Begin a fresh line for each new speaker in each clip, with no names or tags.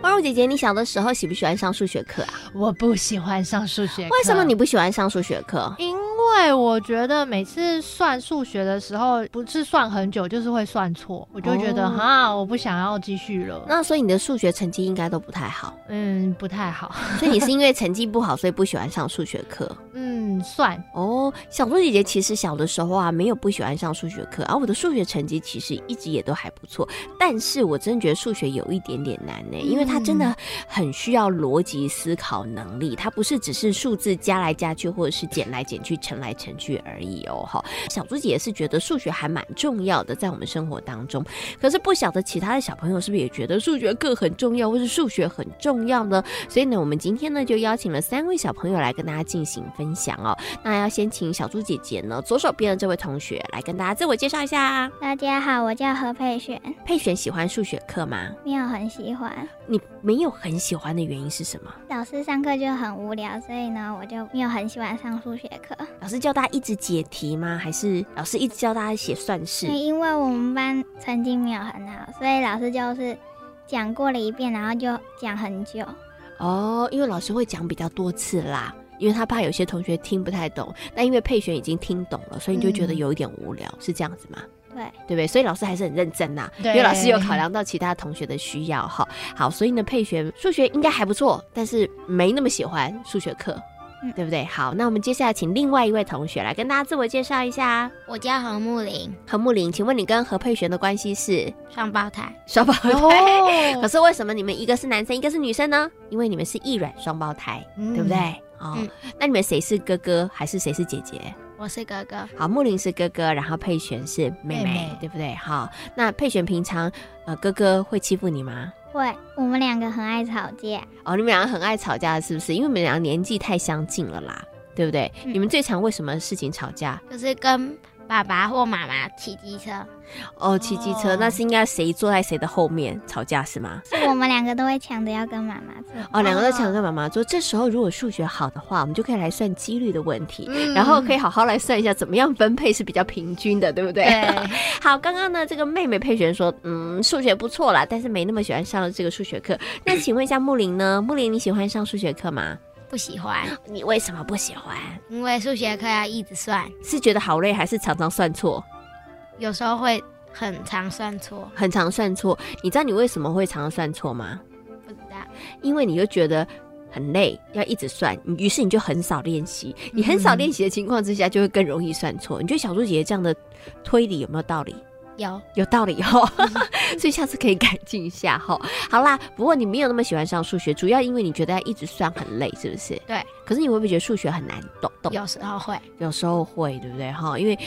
光荣姐姐，你小的时候喜不喜欢上数学课啊？
我不喜欢上数学课。
为什么你？不喜欢上数学课？
因为我觉得每次算数学的时候，不是算很久，就是会算错，我就觉得
哦
哈、我不想要继续了。
那所以你的数学成绩应该都不太好，
嗯，不太好。
所以你是因为成绩不好，所以不喜欢上数学课。
嗯，算
哦，小猪姐姐其实小的时候啊，没有不喜欢上数学课，而、我的数学成绩其实一直也都还不错，但是我真的觉得数学有一点点难呢、因为它真的很需要逻辑思考能力，它不是只是数字加来加去或者是减来减去、乘来乘去而已哦。哈，小猪姐姐是觉得数学还蛮重要的，在我们生活当中，可是不晓得其他的小朋友是不是也觉得数学课很重要，或是数学很重要呢？所以呢，我们今天呢就邀请了三位小朋友来跟大家进行分享哦。那要先请小猪姐姐呢，左手边的这位同学来跟大家自我介绍一下。
大家好，我叫何佩璇，
佩璇喜欢数学课吗？
没有很喜欢。
你没有很喜欢的原因是什么？
老师上课就很无聊，所以呢，我就没有很喜欢上数学课。
老师教大家一直解题吗？还是老师一直教大家写算式？
因为我们班成绩没有很好，所以老师就是讲过了一遍，然后就讲很久。
哦，因为老师会讲比较多次啦。因为他怕有些同学听不太懂，那因为佩璇已经听懂了，所以你就觉得
嗯
有一点无聊，是这样子吗？
对，
对不对？所以老师还是很认真呐、
对
因为老师有考 量到其他同学的需要哈。好，所以呢，佩璇数学应该还不错，但是没那么喜欢数学课，
嗯
对不对？好，那我们接下来请另外一位同学来跟大家自我介绍一下。
我叫何木林，
何木林，请问你跟何佩璇的关系是
双胞胎。
双胞胎？可
哦，
是为什么你们一个是男生，一个是女生呢？因为你们是异卵双胞胎，
嗯
对不对？哦，
嗯
那你们谁是哥哥，还是谁是姐姐？
我是哥哥，
好，木林是哥哥，然后佩璇是妹妹，
妹妹
对不对？好，那佩璇平常呃哥哥会欺负你吗？
会，我们两个很爱吵架，
哦，你们两个很爱吵架，是不是？因为你们两个年纪太相近了啦，对不对？
嗯
你们最常为什么事情吵架？
就是跟爸爸或妈妈骑机车，
哦，骑机车，
哦
那是应该谁坐在谁的后面吵架是吗？
是我们两个都会抢着要跟妈妈做。
哦，两个都抢着妈妈说，这时候如果数学好的话，我们就可以来算几率的问题，
嗯
然后可以好好来算一下怎么样分配是比较平均的，对不对？
对，
好，刚刚呢，这个妹妹佩璇说，嗯，数学不错啦，但是没那么喜欢上这个数学课。那请问一下木林呢？木林，你喜欢上数学课吗？
不喜欢，
你为什么不喜欢？
因为数学课要一直算，
是觉得好累，还是常常算错？
有时候会很常算错，
很常算错。你知道你为什么会常常算错吗？
不知道。
因为你就觉得很累，要一直算，于是你就很少练习。你很少练习的情况之下，就会更容易算错。你觉得小猪姐姐这样的推理有没有道理？
有
有道理哦，所以下次可以改进一下哈、好啦，不过你没有那么喜欢上数学，主要因为你觉得要一直算很累，是不是？
对。
可是你会不会觉得数学很难懂？懂
有时候会，
有时候会，对不对？哈，因为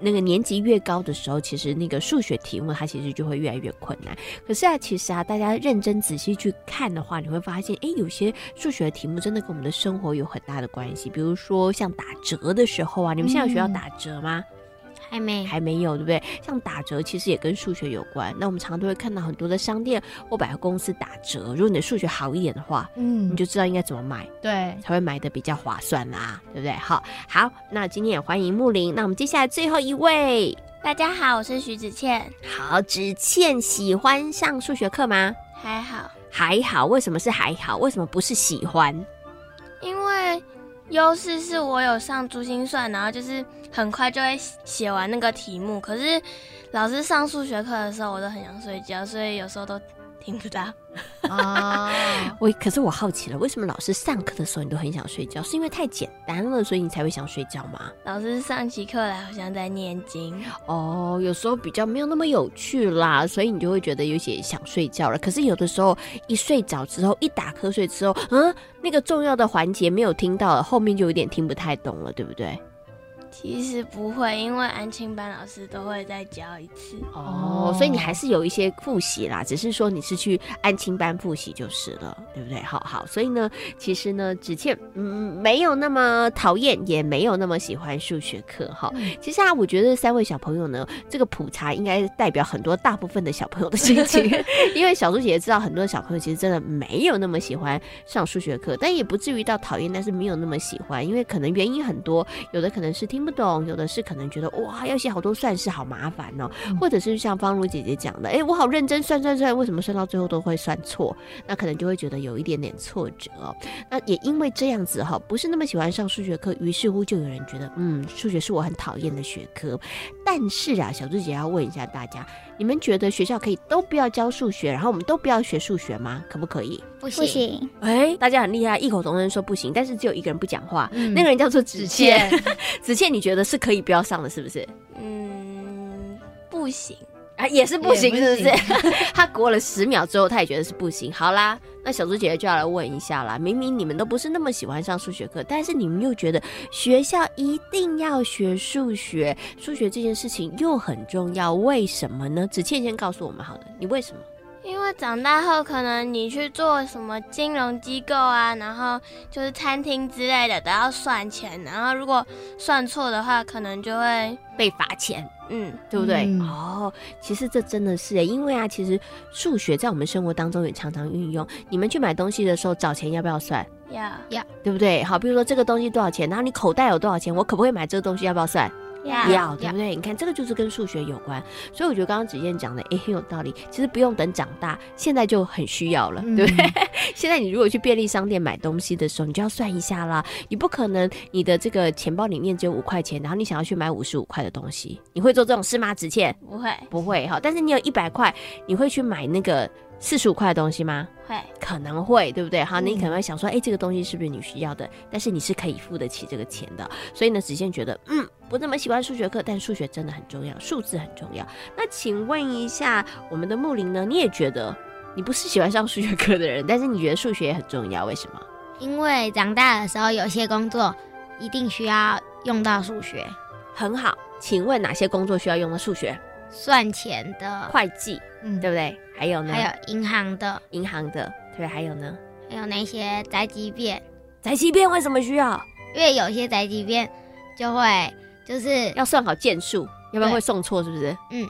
那个年级越高的时候，其实那个数学题目它其实就会越来越困难。可是啊，其实啊，大家认真仔细去看的话，你会发现，诶，有些数学的题目真的跟我们的生活有很大的关系。比如说像打折的时候啊，你们现在有学校
嗯
打折吗？
还没
还没有，对不对？像打折其实也跟数学有关。那我们常常都会看到很多的商店或百货公司打折，如果你的数学好一点的话，
嗯，
你就知道应该怎么买，
对，
才会买的比较划算啦，对不对？好，好，那今天也欢迎木林。那我们接下来最后一位，
大家好，我是徐子倩，
好，子倩喜欢上数学课吗？
还好，
还好，为什么是还好？为什么不是喜欢？
因为优势是我有上珠心算，然后就是很快就会写完那个题目。可是老师上数学课的时候，我都很想睡觉，所以有时候都听不到。
啊，
我可是我好奇了，为什么老师上课的时候你都很想睡觉？是因为太简单了，所以你才会想睡觉吗？
老师上起课来好像在念经，
哦，有时候比较没有那么有趣啦，所以你就会觉得有些想睡觉了。可是有的时候一睡着之后，一打瞌睡之后，嗯，那个重要的环节没有听到了，后面就有点听不太懂了，对不对？
其实不会，因为安庆班老师都会再教一次。
哦，所以你还是有一些复习啦，只是说你是去安亲班复习就是了，对不对？好好，所以呢，其实呢，子倩嗯没有那么讨厌，也没有那么喜欢数学课哈。其实啊，我觉得三位小朋友呢，这个普查应该代表很多大部分的小朋友的心情，因为小猪姐姐知道很多小朋友其实真的没有那么喜欢上数学课，但也不至于到讨厌，但是没有那么喜欢，因为可能原因很多，有的可能是听不懂，有的是可能觉得哇要写好多算式好麻烦哦，或者是像方如姐姐讲的，哎，我好认真算算算，为什么算到最后都会算错？那可能就会觉得有一点点挫折哦。那也因为这样子哈、不是那么喜欢上数学课，于是乎就有人觉得，嗯，数学是我很讨厌的学科。但是啊，小猪姐要问一下大家，你们觉得学校可以都不要教数学，然后我们都不要学数学吗？可不可以？
不
不行，
哎，大家很厉害，异口同声说不行，但是只有一个人不讲话，
嗯
那个人叫做子
子
倩
倩。
子倩，你觉得是可以不要上的，是不是？
嗯，不行，
啊，也是不行，
也
是
不
不是？他过了十秒之后，他也觉得是不行。好啦，那小猪姐姐就要来问一下啦。明明你们都不是那么喜欢上数学课，但是你们又觉得学校一定要学数学，数学这件事情又很重要，为什么呢？子倩先告诉我们好了，你为什么？
因为长大后可能你去做什么金融机构啊，然后就是餐厅之类的都要算钱，然后如果算错的话，可能就会
被罚钱。
嗯，
对不对？
嗯
哦，其实这真的是耶，因为啊，其实数学在我们生活当中也常常运用。你们去买东西的时候找钱要不要算？
要
对不对？好，比如说这个东西多少钱，然后你口袋有多少钱，我可不可以买这个东西？要不要算？
要
要，对不对？你看这个就是跟数学有关，所以我觉得刚刚子健讲的也很有道理。其实不用等长大，现在就很需要了， 对不
嗯
对？现在你如果去便利商店买东西的时候，你就要算一下啦。你不可能你的这个钱包里面只有五块钱，然后你想要去买五十五块的东西，你会做这种事吗？子倩
不会
不会哈，但是你有一百块，你会去买那个四十五块的东西吗？
会
可能会，对不对？好，你
嗯
可能会想说，哎、这个东西是不是你需要的？但是你是可以付得起这个钱的。所以呢，子健觉得，嗯，不那么喜欢数学课，但数学真的很重要，数字很重要。那请问一下，我们的木林呢？你也觉得你不是喜欢上数学课的人，但是你觉得数学也很重要，为什么？
因为长大的时候有些工作一定需要用到数学，
很好，请问哪些工作需要用到数学？
算钱的，
会计，
嗯
对不对？还有呢？
还有银行的，
银行的，对不对？还有呢？
还有那些宅急便，
宅急便为什么需要？
因为有些宅急便就会就是
要算好件数，要不然
对
会送错，是不是？
嗯，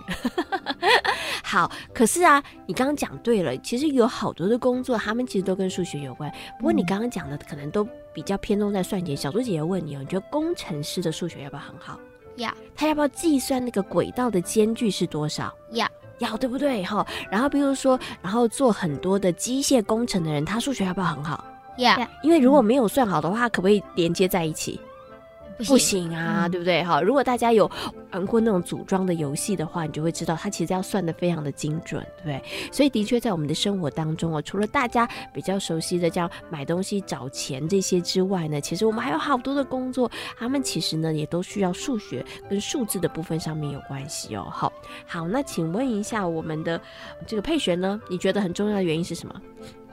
好，可是啊，你刚刚讲对了，其实有好多的工作，他们其实都跟数学有关。不过你
嗯
刚刚讲的可能都比较偏重在算钱。小猪姐姐问你哦，你觉得工程师的数学要不要很好？
要，
他要不要计算那个轨道的间距是多少？
要，
要对不对哈？然后比如说，然后做很多的机械工程的人，他数学要不要很好？
要
要
因为
嗯
如果没有算好的话，可不可以连接在一起？
不行
不行啊，
嗯
对不对？哈，如果大家有玩过那种组装的游戏的话，你就会知道它其实要算的非常的精准，对不对？所以的确在我们的生活当中哦，除了大家比较熟悉的这样买东西找钱这些之外呢，其实我们还有好多的工作，他们其实呢也都需要数学跟数字的部分上面有关系哦。好，好，那请问一下我们的呃这个佩璇呢，你觉得很重要的原因是什么？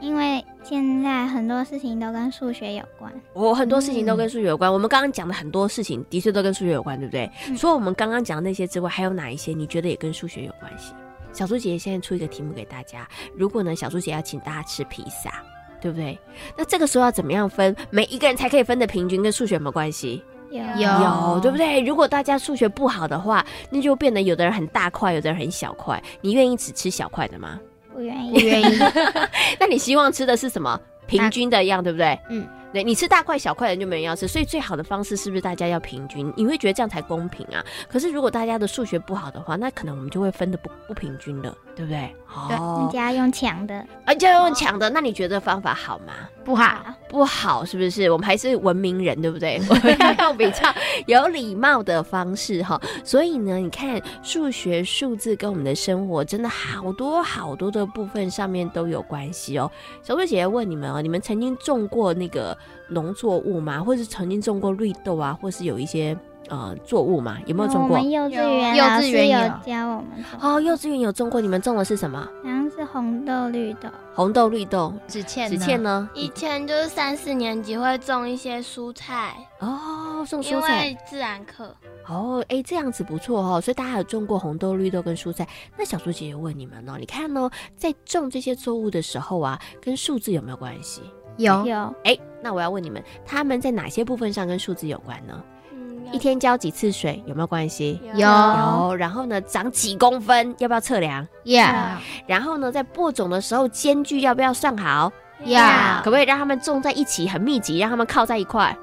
因为现在很多事情都跟数学有关。
我、很多事情都跟数学有关。我们刚刚讲的很多事情，的确都跟数学有关，对不对？
嗯
除了我们刚刚讲的那些之外，还有哪一些你觉得也跟数学有关系？小猪姐姐现在出一个题目给大家，如果呢，小猪姐要请大家吃披萨，对不对？那这个时候要怎么样分？每一个人才可以分的平均，跟数学有没有关系？
有
有
有，对不对？如果大家数学不好的话，那就变得有的人很大块，有的人很小块。你愿意只吃小块的吗？
不愿
不
意？
愿 意，
那你希望吃的是什么？平均的一样，对不对？
嗯，
对，你吃大块小块的就没人要吃，所以最好的方式是不是大家要平均？你会觉得这样才公平啊？可是如果大家的数学不好的话，那可能我们就会分的不不平均了，对不对？
人
哦，
家用抢的，
而且要用抢的，那你觉得方法好吗？
不好，
不好，是不是？我们还是文明人，对不对？我们要用比较有礼貌的方式哈。所以呢，你看数学、数字跟我们的生活真的好多好多的部分上面都有关系哦。小慧姐姐问你们哦，你们曾经种过那个农作物吗？或是曾经种过绿豆啊，或是有一些。呃作物吗？有没有
我
种过？
们幼稚园
有
老
幼稚
师
园
有
有
教我们种，
哦，幼稚园有种过，你们种的是什么？
好像是红豆绿豆，
红豆、绿豆。
只欠
子倩呢？
以前就是三四年级会种一些蔬菜，
哦，种
因
蔬菜
为自然课。
哦，哎，这样子不错哦。所以大家有种过红豆、绿豆跟蔬菜。那小猪姐姐问你们哦，你看哦，在种这些作物的时候啊，跟数字有没有关系？
有
有
哎，那我要问你们，他们在哪些部分上跟数字有关呢？
嗯，
一天浇几次水有没有关系？
有
有。然后呢，长几公分要不要测量？
呀
然后呢，在播种的时候间距要不要算好？
呀，
可不可以让他们种在一起，很密集，让他们靠在一块？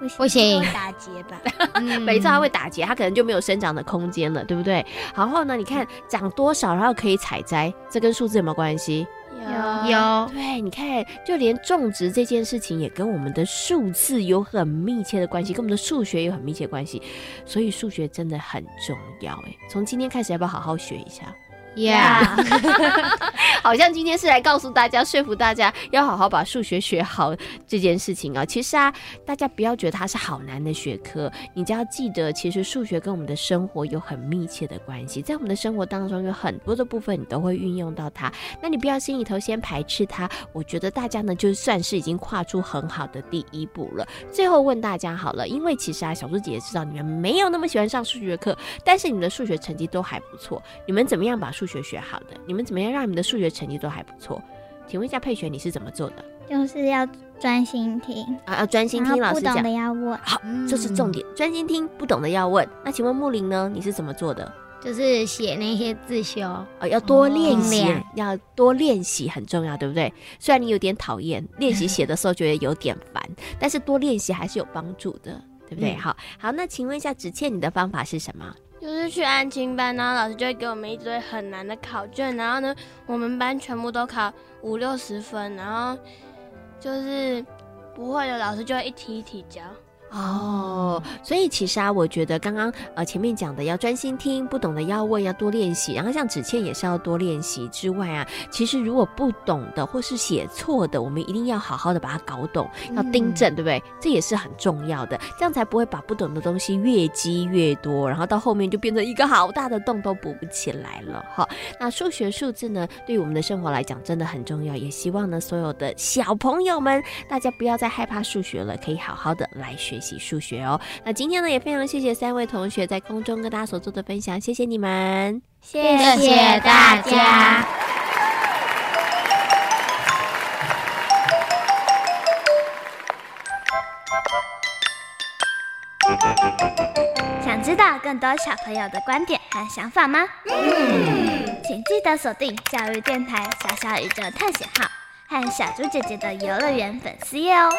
不
不
行，
行，
打结吧，
每
没
次它
嗯
会打结，它可能就没有生长的空间了，对不对？然后呢，你看长多少，然后可以采摘，这跟数字有没有关系？
有
有
对，你看，就连种植这件事情也跟我们的数字有很密切的关系，跟我们的数学有很密切的关系，所以数学真的很重要。哎，从今天开始要不要好好学一下？
呀，
好像今天是来告诉大家、说服大家要好好把数学学好这件事情啊。其实啊，大家不要觉得它是好难的学科，你只要记得，其实数学跟我们的生活有很密切的关系，在我们的生活当中有很多的部分你都会运用到它。那你不要心里头先排斥它，我觉得大家呢就算是已经跨出很好的第一步了。最后问大家好了，因为其实啊，小猪姐姐知道你们没有那么喜欢上数学课，但是你们的数学成绩都还不错，你们怎么样把数学学好的？你们怎么样让你们的数学成绩都还不错？请问一下佩璇，你是怎么做的？
就是要专心听，
啊，要专心
然后
听老
不
师
懂
讲
的，要问，
这是重点。专心听，不懂的要问。那请问木林呢？你是怎么做的？
嗯就是写那些自修，
哦，要多练
哦
习，
练
要多练习很重要，对不对？虽然你有点讨厌练习写的时候觉得有点烦，但是多练习还是有帮助的，对不对？
嗯
好好，那请问一下，子倩，你的方法是什么？
就是去安亲班，然后老师就会给我们一堆很难的考卷，然后呢，我们班全部都考五六十分，然后就是不会的老师就会一题一题教。
哦，所以其实啊，我觉得刚刚呃前面讲的要专心听，不懂的要问，要多练习。然后像子倩也是要多练习之外啊，其实如果不懂的或是写错的，我们一定要好好的把它搞懂，要订正，对不对？这也是很重要的，这样才不会把不懂的东西越积越多，然后到后面就变成一个好大的洞都补不起来了哈。那数学数字呢，对于我们的生活来讲真的很重要，也希望呢所有的小朋友们大家不要再害怕数学了，可以好好的来学习数学哦。那今天呢，也非常谢谢三位同学在空中跟大家所做的分享，谢谢你们。
谢
谢谢大家。
想知道更多小朋友的观点和想法吗？请记得锁定教育电台《小小宇宙探险号》和小猪姐姐的游乐园粉丝页哦。